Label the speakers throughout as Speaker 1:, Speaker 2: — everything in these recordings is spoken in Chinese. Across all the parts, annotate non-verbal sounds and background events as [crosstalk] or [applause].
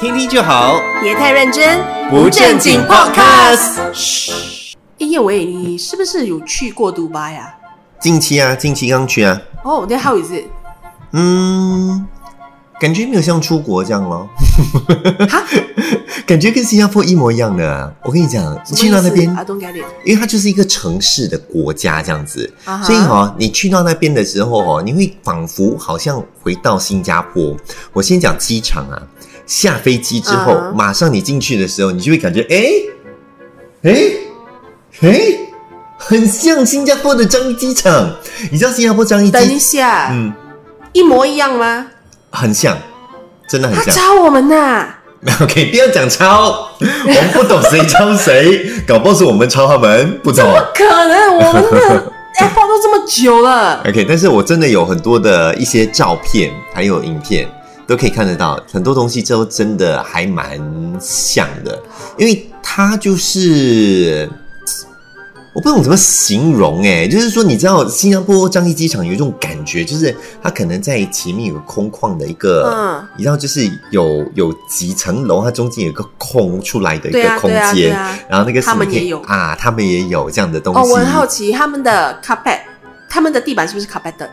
Speaker 1: 听听就好，
Speaker 2: 别太认真，
Speaker 1: 不正经 Podcast。
Speaker 2: 哎，叶伟，你是不是有去过杜拜呀、
Speaker 1: 近期啊，近期刚去啊，
Speaker 2: 啊？哦、那 how is it？
Speaker 1: 嗯，感觉没有像出国这样咯，
Speaker 2: 哈，
Speaker 1: [laughs] 感觉跟新加坡一模一样的、啊。我跟你讲，你去到那边，
Speaker 2: ，I 啊 don't get it。
Speaker 1: 因为它就是一个城市的国家这样子，
Speaker 2: 啊哈
Speaker 1: 所以哦，你去到那边的时候哦，你会仿佛好像回到新加坡。我先讲机场啊，下飞机之后
Speaker 2: 嗯哼
Speaker 1: 马上你进去的时候，你就会感觉，哎，哎，哎，很像新加坡的樟宜机场。你知道新加坡樟宜
Speaker 2: 等一
Speaker 1: 机，
Speaker 2: 下，
Speaker 1: 嗯，
Speaker 2: 一模一样吗？
Speaker 1: 很像，真的很
Speaker 2: 他
Speaker 1: 像。
Speaker 2: 扎我们呐、
Speaker 1: [laughs] OK，不要讲抄，我们不懂谁抄谁，搞不好是我们抄他们，不懂。
Speaker 2: 可能我们
Speaker 1: [laughs]
Speaker 2: 的 Apple 都这么久了，
Speaker 1: OK，但是我真的有很多的一些照片，还有影片，都可以看得到，很多东西都真的还蛮像的，因为它就是我不懂怎么形容哎、就是说你知道新加坡樟宜机场有一种感觉，就是它可能在前面有个空旷的一个，
Speaker 2: 嗯
Speaker 1: 你知道就是有有几层楼，它中间有一个空出来的一
Speaker 2: 对
Speaker 1: 个
Speaker 2: 啊
Speaker 1: 空
Speaker 2: 对啊对
Speaker 1: 间，
Speaker 2: 啊。
Speaker 1: 然后那个是
Speaker 2: 他们
Speaker 1: 你可以
Speaker 2: 也有
Speaker 1: 啊，他们也有这样的东西。
Speaker 2: 哦，我很好奇他们的 carpet，他们的地板是不是 carpet 的？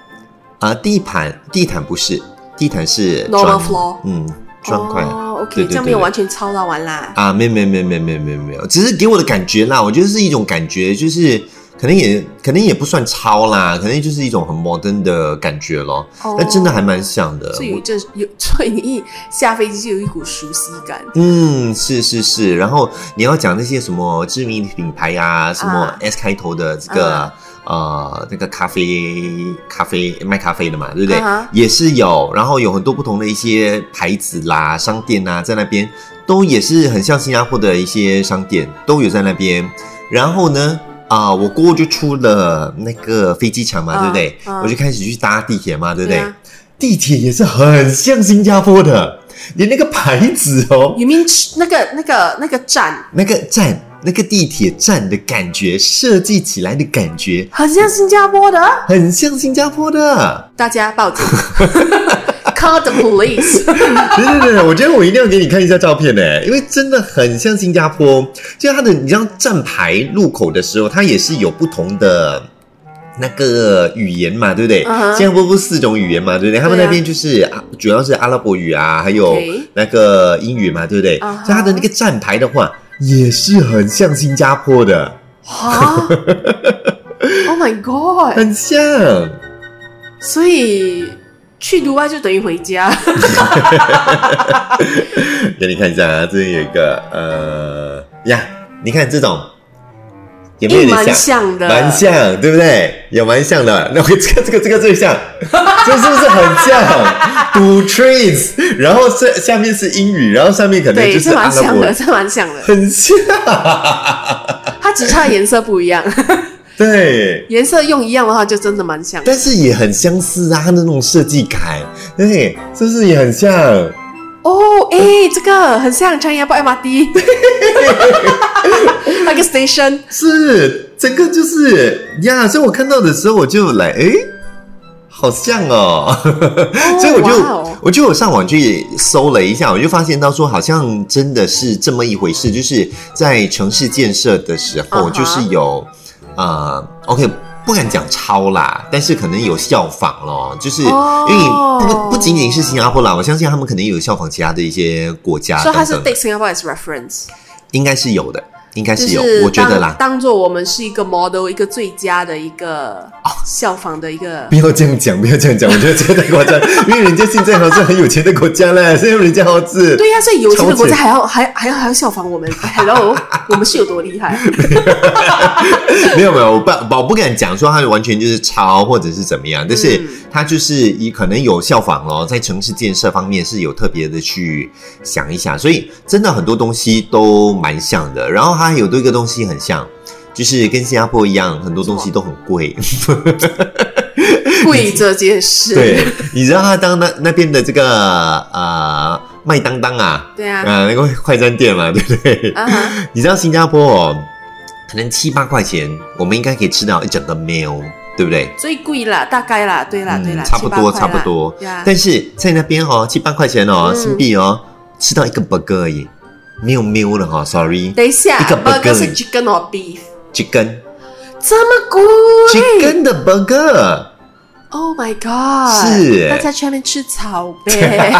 Speaker 1: 啊，地毯地毯不是，地毯是
Speaker 2: Normal
Speaker 1: 砖
Speaker 2: floor
Speaker 1: 嗯，砖块。
Speaker 2: 哦，OK，
Speaker 1: 对对对
Speaker 2: 这样没有完全抄到完啦。
Speaker 1: 啊，没有没有没有没有没有没有没有，只是给我的感觉啦，我觉得是一种感觉，就是可能也可能也不算抄啦，可能就是一种很摩登的感觉咯。
Speaker 2: 哦
Speaker 1: 那哎真的还蛮像的。
Speaker 2: 所以有一
Speaker 1: 我
Speaker 2: 阵有， [laughs] 所以你一下飞机就有一股熟悉感。
Speaker 1: 嗯，是是是，然后你要讲那些什么知名品牌啊，什么
Speaker 2: 啊
Speaker 1: S 开头的这个、
Speaker 2: 啊
Speaker 1: 呃那个咖啡咖啡卖咖啡的嘛，对不对？
Speaker 2: 啊哈
Speaker 1: 也是有，然后有很多不同的一些牌子啦、商店啊，在那边都也是很像新加坡的一些商店都有在那边。然后呢，啊、我过后就出了那个飞机场嘛，
Speaker 2: 啊
Speaker 1: 对不对？
Speaker 2: 啊
Speaker 1: 我就开始去搭地铁嘛，对不对？
Speaker 2: 对啊
Speaker 1: 地铁也是很像新加坡的，连那个牌子哦，
Speaker 2: 你们那个那个那个站，
Speaker 1: 那个站。那个地铁站的感觉，设计起来的感觉，
Speaker 2: 好像新加坡的，
Speaker 1: 很像新加坡的。
Speaker 2: 大家报 [laughs] 警，call the police。
Speaker 1: 对对对对，我觉得我一定要给你看一下照片呢，因为真的很像新加坡。就它的，你知道站牌路口的时候，它也是有不同的那个语言嘛，对不对
Speaker 2: 嗯哼
Speaker 1: 新加坡不是四种语言嘛，对不对？他们
Speaker 2: 对啊
Speaker 1: 那边就是、啊、主要是阿拉伯语啊，还有
Speaker 2: OK
Speaker 1: 那个英语嘛，对不对
Speaker 2: 嗯哼
Speaker 1: 所以它的那个站牌的话，也是很像新加坡的，
Speaker 2: 哈，Oh my God！
Speaker 1: 很像。
Speaker 2: 所以去迪拜就等于回家。
Speaker 1: 给你看一下啊，这里有一个呃呀，你看这种有没有
Speaker 2: 诶
Speaker 1: 点
Speaker 2: 蛮像的，
Speaker 1: 蛮像，对不对？也蛮像的。 [laughs] 那我这个这个这个最像， [laughs] 这是不是很
Speaker 2: [laughs]
Speaker 1: 像？Do trees，然后这下面是英语，然后上面可能
Speaker 2: 对，
Speaker 1: 就是是阿
Speaker 2: 蛮
Speaker 1: 拉
Speaker 2: 像
Speaker 1: 伯
Speaker 2: 的，
Speaker 1: 语，
Speaker 2: [laughs] 是蛮像的。
Speaker 1: 很像。
Speaker 2: 它只差颜色不一样， [laughs]
Speaker 1: 对，
Speaker 2: 颜色用一样的话，就真的蛮像。
Speaker 1: 但是也很相似啊，它的那种设计感，对，是不是也很像？
Speaker 2: 哦，哎、这个很像 China Airport
Speaker 1: [laughs]
Speaker 2: MRT，那个 station。
Speaker 1: 是，整个就是呀。所以我看到的时候，我就来，诶，好像哦。
Speaker 2: 哦
Speaker 1: 所以我就、
Speaker 2: 哇哦
Speaker 1: 我就有上网去搜了一下，我就发现到说，好像真的是这么一回事，就是在城市建设的时候，
Speaker 2: 啊哈
Speaker 1: 就是有、呃，OK。不敢讲抄啦，但是可能有效仿咯，就是
Speaker 2: 哦
Speaker 1: 因为不不仅仅是新加坡啦，我相信他们可能也有效仿其他的一些国家
Speaker 2: 所
Speaker 1: 等
Speaker 2: 以它是
Speaker 1: 啊等
Speaker 2: take Singapore as reference，
Speaker 1: 应该是有的，应该
Speaker 2: 就是
Speaker 1: 有，
Speaker 2: 是
Speaker 1: 我觉得啦
Speaker 2: 当，当做我们是一个 model，一个最佳的一个
Speaker 1: 哦
Speaker 2: 效仿的一个。
Speaker 1: 不要这样讲，不要这样讲，我觉得这个太夸
Speaker 2: [laughs]
Speaker 1: 张，因为人家现在好像很有钱的国家啦，所以人家好是
Speaker 2: 对呀、所以有钱的国家
Speaker 1: 超
Speaker 2: 还要还还要还要效仿
Speaker 1: [laughs]
Speaker 2: 我们，Hello，我们是有多厉害？
Speaker 1: [laughs] 没有没有，我不我不敢讲说他完全就是抄或者是怎么样，但是
Speaker 2: 嗯
Speaker 1: 他就是以可能有效仿哦咯，在城市建设方面是有特别的去想一想，所以真的很多东西都蛮像的。然后它有多一个东西很像，就是跟新加坡一样，很多东西都很贵。
Speaker 2: 贵这件事，
Speaker 1: 对，你知道他当那那边的这个呃麦当当啊，
Speaker 2: 对啊，
Speaker 1: 呃那个快餐店嘛，对不对？
Speaker 2: 啊哈，
Speaker 1: 你知道新加坡哦，可能七八块钱，我们应该可以吃到一整个 meal，对不对？
Speaker 2: 最贵啦，大概啦，对啦，对啦，
Speaker 1: 嗯差不
Speaker 2: 7-8
Speaker 1: 多，
Speaker 2: 块
Speaker 1: 差
Speaker 2: 啦
Speaker 1: 不多。
Speaker 2: 呀
Speaker 1: 但是在那边哦，七八块钱哦，
Speaker 2: 嗯
Speaker 1: 新币哦，吃到一个 burger 而已，没有 meal 了哈，sorry。
Speaker 2: 等一下
Speaker 1: 一个
Speaker 2: burger
Speaker 1: burger
Speaker 2: 是 chicken or beef，
Speaker 1: chicken
Speaker 2: 这么贵
Speaker 1: chicken 的 burger。
Speaker 2: ？Oh my god！
Speaker 1: 是
Speaker 2: 大家去那边吃草
Speaker 1: [laughs]
Speaker 2: 呗。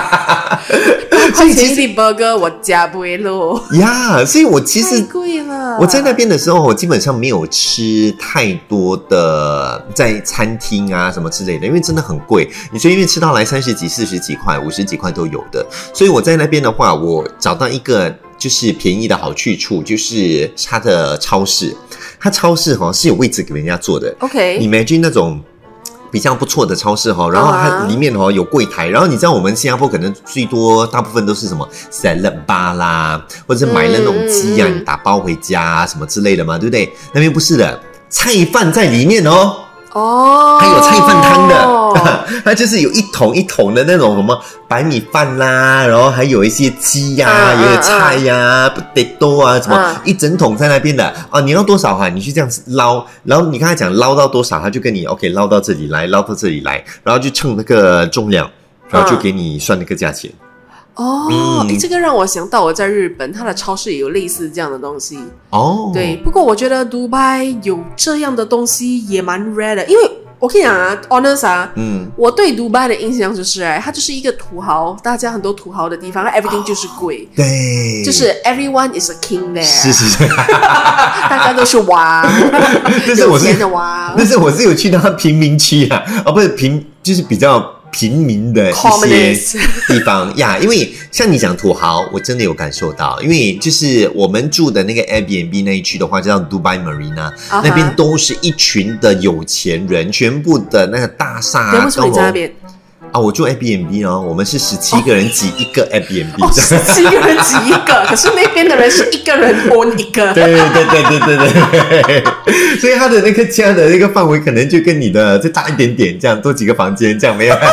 Speaker 2: 所以其实 burger 我加不会咯，
Speaker 1: 呀所以我其
Speaker 2: 太
Speaker 1: 实
Speaker 2: 贵了。
Speaker 1: 我在那边的时候，我基本上没有吃太多的在餐厅啊什么之类的，因为真的很贵，你随便吃到来三十几、四十几块、五十几块都有的。所以我在那边的话，我找到一个就是便宜的好去处，就是它的超市，它超市哈、是有位置给人家坐的，你
Speaker 2: OK，
Speaker 1: 们去那种。比较不错的超市哈、然后它
Speaker 2: 啊
Speaker 1: 里面哦有柜台，然后你知道我们新加坡可能最多大部分都是什么 salad bar 啦，或者是买了那种鸡呀、
Speaker 2: 嗯嗯嗯
Speaker 1: 你打包回家、啊、什么之类的嘛，对不对？那边不是的，菜饭在里面哦，
Speaker 2: 哦，
Speaker 1: 还有菜饭汤的， [laughs] 它就是有一桶一桶的那种什么白米饭啦，然后还有一些鸡呀、
Speaker 2: 嗯嗯
Speaker 1: 有些菜呀、potato 啊什么，
Speaker 2: 嗯
Speaker 1: 一整桶在那边的啊，你要多少啊？你去这样子捞，然后你跟他讲捞到多少，他就跟你 OK 捞到这里来，捞到这里来，然后就称那个重量，然后就
Speaker 2: 嗯
Speaker 1: 给你算那个价钱。
Speaker 2: [laughs] 哦，
Speaker 1: [laughs] 嗯
Speaker 2: 诶，这个让我想到我在日本，它的超市也有类似这样的东西。
Speaker 1: 哦，
Speaker 2: 对，，不过我觉得迪拜有这样的东西也蛮 rare 的，因为我跟你讲啊，honest 啊。
Speaker 1: 嗯，
Speaker 2: 我对迪拜的印象就是，哎，它就是一个土豪，大家很多土豪的地方，everything
Speaker 1: 啊
Speaker 2: 就是贵，
Speaker 1: 对，
Speaker 2: 就是 everyone is a king there，
Speaker 1: 嗯 [laughs] 是是是， [laughs]
Speaker 2: 大家都是王，
Speaker 1: 但是
Speaker 2: 有
Speaker 1: 我是
Speaker 2: 钱
Speaker 1: [laughs]
Speaker 2: 的王
Speaker 1: 但是我是有去到贫民区啊，啊，不是贫，就是比较平民的一些
Speaker 2: Commoners
Speaker 1: 地方呀。因为像你讲土豪，我真的有感受到，因为就是我们住的那个 Airbnb 那一区的话，叫 Dubai Marina，、
Speaker 2: 啊哈
Speaker 1: 那边都是一群的有钱人，全部的那个大厦
Speaker 2: 人
Speaker 1: 啊、
Speaker 2: 为什
Speaker 1: 高
Speaker 2: 么你
Speaker 1: 楼
Speaker 2: 在那边？
Speaker 1: 啊，我住 Airbnb 哦，我们是十七个人挤一个 Airbnb，、
Speaker 2: 哦，十七个人挤一
Speaker 1: [laughs]
Speaker 2: 个，可是那边的人是一个人 own 一个，
Speaker 1: 对对对对对对，所以他的那个家的那个范围可能就跟你的再大一点点，这样多几个房间，这样没有。 [laughs]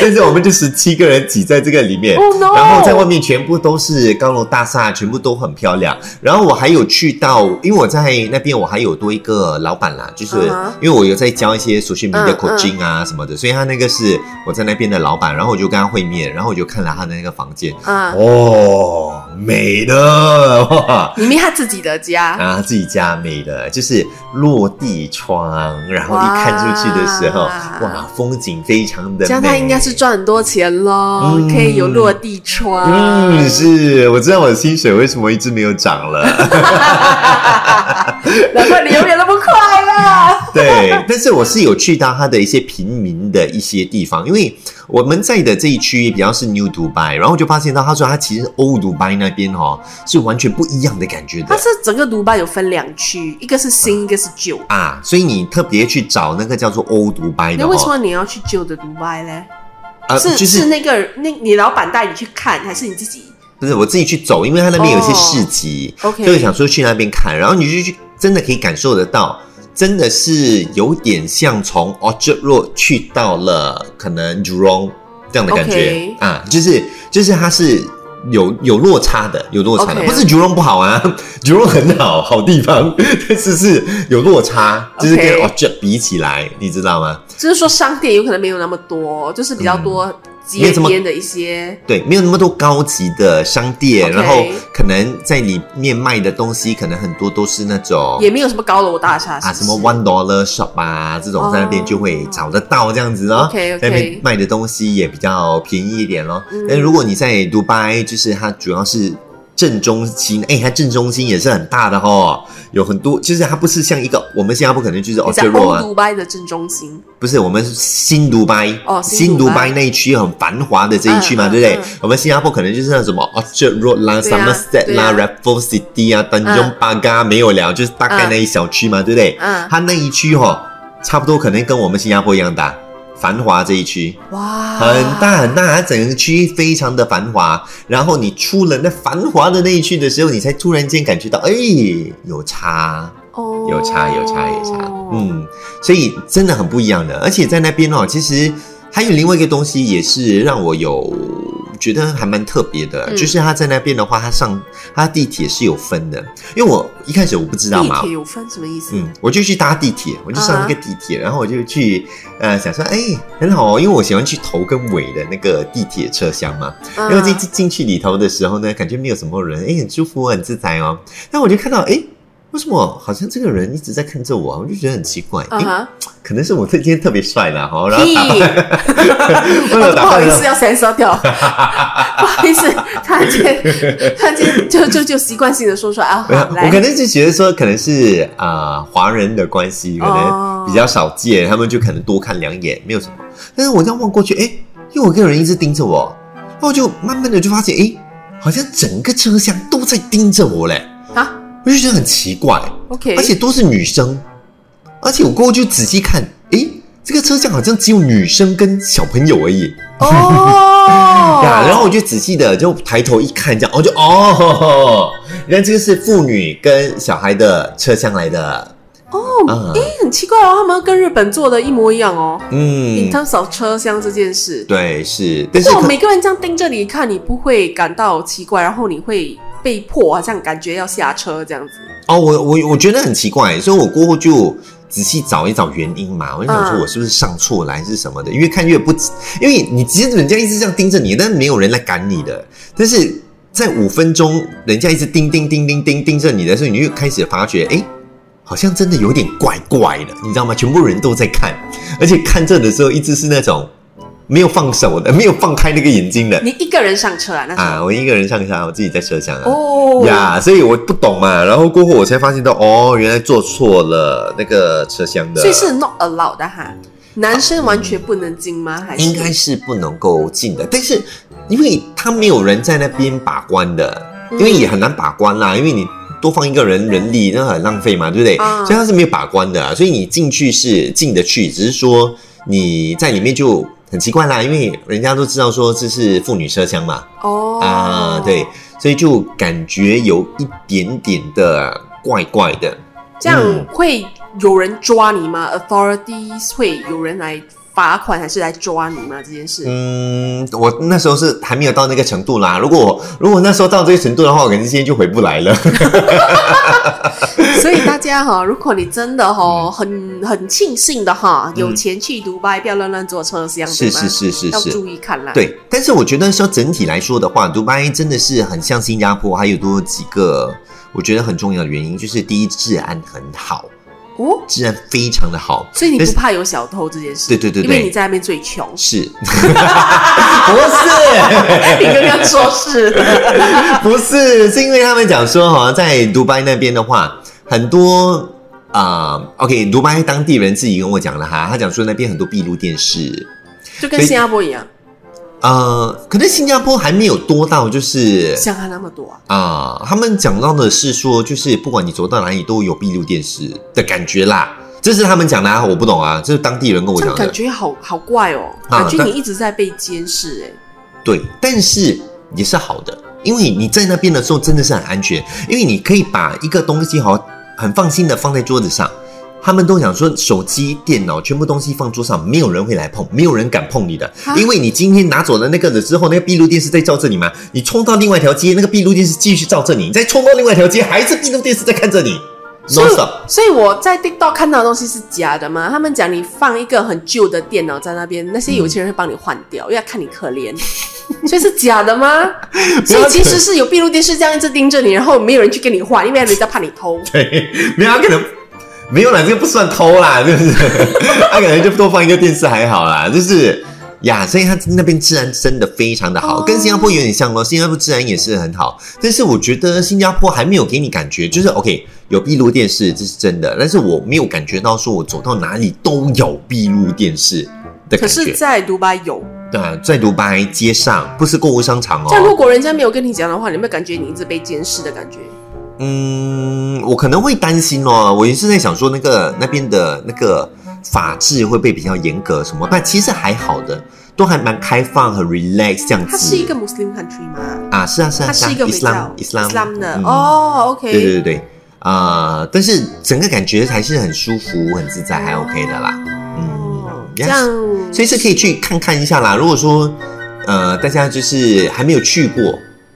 Speaker 1: 但是我们就十七个人挤在这个里面
Speaker 2: Oh no
Speaker 1: 然后在外面全部都是高楼大厦，全部都很漂亮。然后我还有去到，因为我在那边我还有多一个老板啦，就是
Speaker 2: 嗯哼
Speaker 1: 因为我有在教一些 social media
Speaker 2: 嗯嗯
Speaker 1: coaching 啊什么的，所以他那个是我在那边的老板，然后我就跟他会面，然后我就看了他的那个房间，
Speaker 2: 啊，
Speaker 1: 哦，美的哇！
Speaker 2: 里面他自己的家，
Speaker 1: 然后自己家美的，就是落地窗，然后一
Speaker 2: 哇
Speaker 1: 看出去的时候，哇，风景非常的美。
Speaker 2: 这样他应该是。赚很多钱喽，
Speaker 1: 嗯
Speaker 2: 可以有落地窗。
Speaker 1: 嗯，是，我知道我的薪水为什么一直没有涨
Speaker 2: [laughs]
Speaker 1: 了。
Speaker 2: 难怪你永远那么快
Speaker 1: [laughs]
Speaker 2: 乐。
Speaker 1: 对，但是我是有去到它的一些平民的一些地方，因为我们在的这一区比较是 New Dubai，然后我就发现到他说他其实 Old Dubai 那边哦是完全不一样的感觉的
Speaker 2: 它。是整个迪拜有分两区，一个是新，一个是旧。
Speaker 1: 啊，所以你特别去找那个叫做欧独拜的
Speaker 2: 那为什
Speaker 1: 哦，
Speaker 2: 么你要去旧的迪拜呢？
Speaker 1: 呃，
Speaker 2: 是、
Speaker 1: 就是
Speaker 2: 那个那你老板带你去看，还是你自己
Speaker 1: 不是我自己去走，因为他那边有一些市集，
Speaker 2: 哦？OK，
Speaker 1: 所以我想说去那边看，然后你就去真的可以感受得到，真的是有点像从 Orchard Road 去到了可能 Jurong 这样的感觉
Speaker 2: OK
Speaker 1: 啊，就是就是它是。有有落差的，有落差的
Speaker 2: OK
Speaker 1: 不是 Jurong 不好啊，Jurong 很好，好地方， [laughs] 但是是有落差，就是跟
Speaker 2: OK
Speaker 1: Orchard 比起来，你知道吗？
Speaker 2: 就是说商店有可能没有那么多，就是比较多
Speaker 1: 嗯没
Speaker 2: 街
Speaker 1: 有这么
Speaker 2: 边的一些。
Speaker 1: 对，没有那么多高级的商店
Speaker 2: OK
Speaker 1: 然后可能在里面卖的东西，可能很多都是那种
Speaker 2: 也没有什么高楼大厦
Speaker 1: 哦啊，什么
Speaker 2: 弯
Speaker 1: one dollar shop 啊，这种
Speaker 2: 哦
Speaker 1: 在那边就会找得到这样子哦。
Speaker 2: OK，OK
Speaker 1: 在那边卖的东西也比较便宜一点咯。
Speaker 2: 嗯
Speaker 1: 但如果你在迪拜，就是它主要是正中心，哎，它正中心也是很大的哦，有很多，就是它不是像一个我们新加坡可能就是
Speaker 2: 你在
Speaker 1: Orchard Road
Speaker 2: 欧
Speaker 1: 啊，
Speaker 2: 迪拜的正中心。
Speaker 1: 不是，我们是新独拜
Speaker 2: 哦新
Speaker 1: 新
Speaker 2: 独
Speaker 1: 独
Speaker 2: 拜
Speaker 1: 拜那一区很繁华的这一区嘛，
Speaker 2: 嗯
Speaker 1: 对不对？
Speaker 2: 嗯嗯
Speaker 1: 我们新加坡可能就是那什么哦 Orchard Road 啦、
Speaker 2: 对啊
Speaker 1: Somerset 啦、
Speaker 2: 对
Speaker 1: Raffles City 啊、丹中巴嘎没有了，就是大概那一小区嘛，对不对？
Speaker 2: 嗯，
Speaker 1: 它那一区哦，差不多可能跟我们新加坡一样大，繁华这一区。
Speaker 2: 哇，
Speaker 1: 很大很大，它整个区非常的繁华。然后你出了那繁华的那一区的时候，你才突然间感觉到，哎，有差。
Speaker 2: 哦，
Speaker 1: 有差有差有差，嗯，所以真的很不一样的。而且在那边哦，其实还有另外一个东西也是让我有觉得还蛮特别的，
Speaker 2: 嗯
Speaker 1: 就是他在那边的话，他上他地铁是有分的，因为我一开始我不知道
Speaker 2: 地
Speaker 1: 嘛
Speaker 2: 铁。啊有分什么意思？
Speaker 1: 嗯，我就去搭地铁，我就上那个地铁然后我就去，呃，想说，哎、很好哦，因为我喜欢去头跟尾的那个地铁车厢嘛。
Speaker 2: 啊
Speaker 1: 然后进进进去里头的时候呢，感觉没有什么人，哎，很舒服，很自在哦。但我就看到，哎，为什么好像这个人一直在看着我啊？我就觉得很奇怪，
Speaker 2: 啊
Speaker 1: 诶
Speaker 2: 哈，
Speaker 1: 可能是我这天特别帅啦，
Speaker 2: [laughs]
Speaker 1: 哈，然后
Speaker 2: 屁！
Speaker 1: 打扮， [laughs] 为
Speaker 2: 我
Speaker 1: 了
Speaker 2: 哦 [laughs] 不
Speaker 1: 打
Speaker 2: 好
Speaker 1: 扮
Speaker 2: 意
Speaker 1: 得
Speaker 2: 思，要删
Speaker 1: [laughs]
Speaker 2: 烧掉，不好意思，突然间，突然间就就就习惯性的说出来啊，
Speaker 1: 没有
Speaker 2: 好
Speaker 1: 我可
Speaker 2: 来，
Speaker 1: 能就觉得说，可能是啊，华、人的关系可
Speaker 2: 哦
Speaker 1: 能比较少见，他们就可能多看两眼，没有什么。但是我这样望过去，哎、因为我一个人一直盯着我，那我就慢慢的就发现，哎、好像整个车厢都在盯着我嘞，
Speaker 2: 啊
Speaker 1: 我就觉得很奇怪，
Speaker 2: ，OK，
Speaker 1: 而且都是女生，而且我过后就仔细看，哎、这个车厢好像只有女生跟小朋友而已。，
Speaker 2: 哦
Speaker 1: [laughs] 呀，然后我就仔细的就抬头一看，这样，我就哦，原来这个是妇女跟小孩的车厢来的，
Speaker 2: 哦，
Speaker 1: 啊，
Speaker 2: 诶很奇怪哦，他们跟日本做的一模一样哦。In
Speaker 1: 嗯，
Speaker 2: terms of 车厢这件事，
Speaker 1: 对，是，但是
Speaker 2: 如果
Speaker 1: 可
Speaker 2: 每个人这样盯着你看，你不会感到奇怪，然后你会被迫好像感觉要下车这样子。
Speaker 1: 哦，我我我觉得很奇怪，所以我过后就仔细找一找原因嘛，我就想说
Speaker 2: 嗯
Speaker 1: 我是不是上错了还是什么的，越看越不，因为你其实人家一直这样盯着你，但是没有人来赶你的，但是在五分钟人家一直盯盯盯盯盯盯着你的时候，你就开始发觉，哎。好像真的有点怪怪的，你知道吗？全部人都在看，而且看这的时候一直是那种没有放手的，没有放开那个眼睛的
Speaker 2: 你一个人上车啊？那时候、
Speaker 1: 啊！我一个人上山，我自己在车上啊。
Speaker 2: 哦
Speaker 1: 呀所以我不懂嘛，然后过后我才发现到，哦，原来做错了那个车厢的，
Speaker 2: 所以是 not allowed 的哈。男生完全不能进吗？还是
Speaker 1: 应该是不能够进的，但是因为他没有人在那边把关的，
Speaker 2: 嗯
Speaker 1: 因为也很难把关啦，因为你。多放一个人人力，那很浪费嘛，对不对？
Speaker 2: 啊
Speaker 1: 所以他是没有把关的啊、所以你进去是进得去，只是说你在里面就很奇怪啦，因为人家都知道说这是妇女车厢嘛，
Speaker 2: 哦
Speaker 1: 啊，对，所以就感觉有一点点的怪怪的。
Speaker 2: 这样
Speaker 1: 嗯
Speaker 2: 会有人抓你吗？Authorities 会有人来罚款还是来抓你吗？这件事、
Speaker 1: 嗯，我那时候是还没有到那个程度啦。如果我如果那时候到这个程度的话，我肯定今天就回不来了。
Speaker 2: [laughs] 所以大家哈，如果你真的哈
Speaker 1: 嗯
Speaker 2: 很很庆幸的哈，有钱去迪拜，不要乱乱坐车厢，
Speaker 1: 是
Speaker 2: 对吗
Speaker 1: 是是是
Speaker 2: 要啊
Speaker 1: 是，
Speaker 2: 注意看啦。，
Speaker 1: 对。但是我觉得说整体来说的话，迪拜真的是很像新加坡，还有多几个我觉得很重要的原因，就是第一治安很好，
Speaker 2: 哦，
Speaker 1: 治安非常的好。
Speaker 2: 所以你
Speaker 1: 但
Speaker 2: 不
Speaker 1: 是
Speaker 2: 怕有小偷这件事？
Speaker 1: 对对对对。
Speaker 2: 因为你在那边最穷 [laughs]
Speaker 1: 是， [laughs] 不是？
Speaker 2: 你刚刚说是，
Speaker 1: 不是，是因为他们讲说，好像在迪拜那边的话，很多啊、o k 迪拜当地人自己跟我讲了哈，他讲说那边很多闭路电视，
Speaker 2: 就跟
Speaker 1: 所以
Speaker 2: 新加坡
Speaker 1: [laughs]
Speaker 2: 一样，
Speaker 1: 呃，可能新加坡还没有多到就是。
Speaker 2: 像他那么多啊。
Speaker 1: 啊、他们讲到的是说，就是不管你走到哪里都有闭路电视的感觉啦，这是他们讲的、啊，我不懂啊，这是当地人跟我
Speaker 2: 这
Speaker 1: 讲
Speaker 2: 样
Speaker 1: 的。
Speaker 2: 感觉好好怪哦，
Speaker 1: 啊
Speaker 2: 感觉
Speaker 1: 但
Speaker 2: 你一直在被监视哎、
Speaker 1: 对，但是也是好的，因为你在那边的时候真的是很安全，因为你可以把一个东西好很放心的放在桌子上。他们都想说，手机、电脑全部东西放桌上，没有人会来碰，没有人敢碰你的，
Speaker 2: 啊
Speaker 1: 因为你今天拿走了那个了之后，那个闭路电视在照着你嘛。你冲到另外一条街，那个闭路电视继续照着你，你再冲到另外一条街，还是闭路电视在看着你
Speaker 2: 所以
Speaker 1: ，non stop。
Speaker 2: 所以我在 TikTok 看到的东西是假的嘛？他们讲你放一个很旧的电脑在那边，那些有钱人会帮你换掉，因为看你
Speaker 1: [laughs]
Speaker 2: 可怜，所以是假的吗？所以其实是有闭路电视这样一直盯着你，然后没有人去跟你换，因为人家怕你偷。
Speaker 1: 对，没有，他可能没有啦，这个不算偷啦，就是 [laughs] 他可能就多放一个电视还好啦，就是呀，所以他那边治安真的非常的好，
Speaker 2: 哦
Speaker 1: 跟新加坡有点像咯，新加坡治安也是很好，但是我觉得新加坡还没有给你感觉，就是 OK 有闭路电视这是真的，但是我没有感觉到说我走到哪里都有闭路电视的
Speaker 2: 可
Speaker 1: 感
Speaker 2: 是，
Speaker 1: 觉。
Speaker 2: 在迪拜有。
Speaker 1: 对啊，在独白街上不是购物商场哦，
Speaker 2: 像如果人家没有跟你讲的话，你有没有感觉你一直被监视的感觉？
Speaker 1: 嗯，我可能会担心哦。我也是在想说，那个那边的那个法制会被比较严格什么，但其实还好的，都还蛮开放、很 relax 这样子。
Speaker 2: 它是一个 Muslim country 吗？
Speaker 1: 啊，是啊，是啊，
Speaker 2: 它
Speaker 1: 啊
Speaker 2: 是一个回
Speaker 1: Islam
Speaker 2: 教
Speaker 1: Islam
Speaker 2: Islam 的、
Speaker 1: 嗯
Speaker 2: 哦，OK。
Speaker 1: 对对对对啊、但是整个感觉还是很舒服、很自在，还 OK 的啦。嗯
Speaker 2: 哦，
Speaker 1: yes
Speaker 2: 这样，
Speaker 1: 所以是可以去看看一下啦。如果说呃，大家就是还没有去过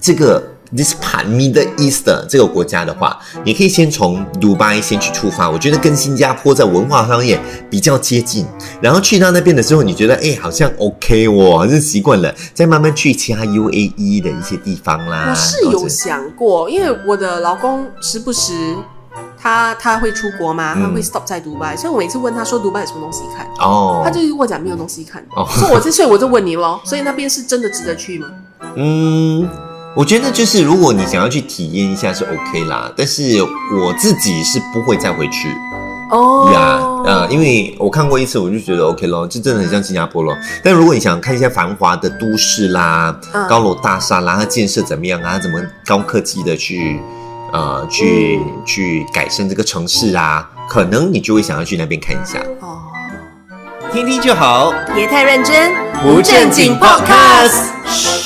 Speaker 1: 这个 this part Middle East 的这个国家的话，你可以先从迪拜先去出发。我觉得跟新加坡在文化方面比较接近，然后去到那边的时候，你觉得哎、好像 OK 哦，好像习惯了，再慢慢去其他 UAE 的一些地方啦。
Speaker 2: 我哦是
Speaker 1: 或者
Speaker 2: 有想过，因为我的老公时不时他他会出国嘛，他会
Speaker 1: 嗯
Speaker 2: stop 在迪拜，所以我每次问他说迪拜有什么东西看，
Speaker 1: 哦，
Speaker 2: 他就跟我讲没有东西看。
Speaker 1: 哦
Speaker 2: 所以我这所以我就问你
Speaker 1: [laughs]
Speaker 2: 咯，所以那边是真的值得去吗？
Speaker 1: 嗯，我觉得就是如果你想要去体验一下是 OK 啦，但是我自己是不会再回去
Speaker 2: 哦
Speaker 1: 呀。呃，因为我看过一次，我就觉得 OK 咯，就真的很像新加坡咯。但如果你想看一些繁华的都市啦、
Speaker 2: 嗯
Speaker 1: 呃高楼大厦啦，它建设怎么样啊？它怎么高科技的去呃去、
Speaker 2: 嗯
Speaker 1: 去改善这个城市啊？可能你就会想要去那边看一下，
Speaker 2: 哦，
Speaker 1: 听听就好，
Speaker 2: 别太认真，
Speaker 1: 不正经 podcast。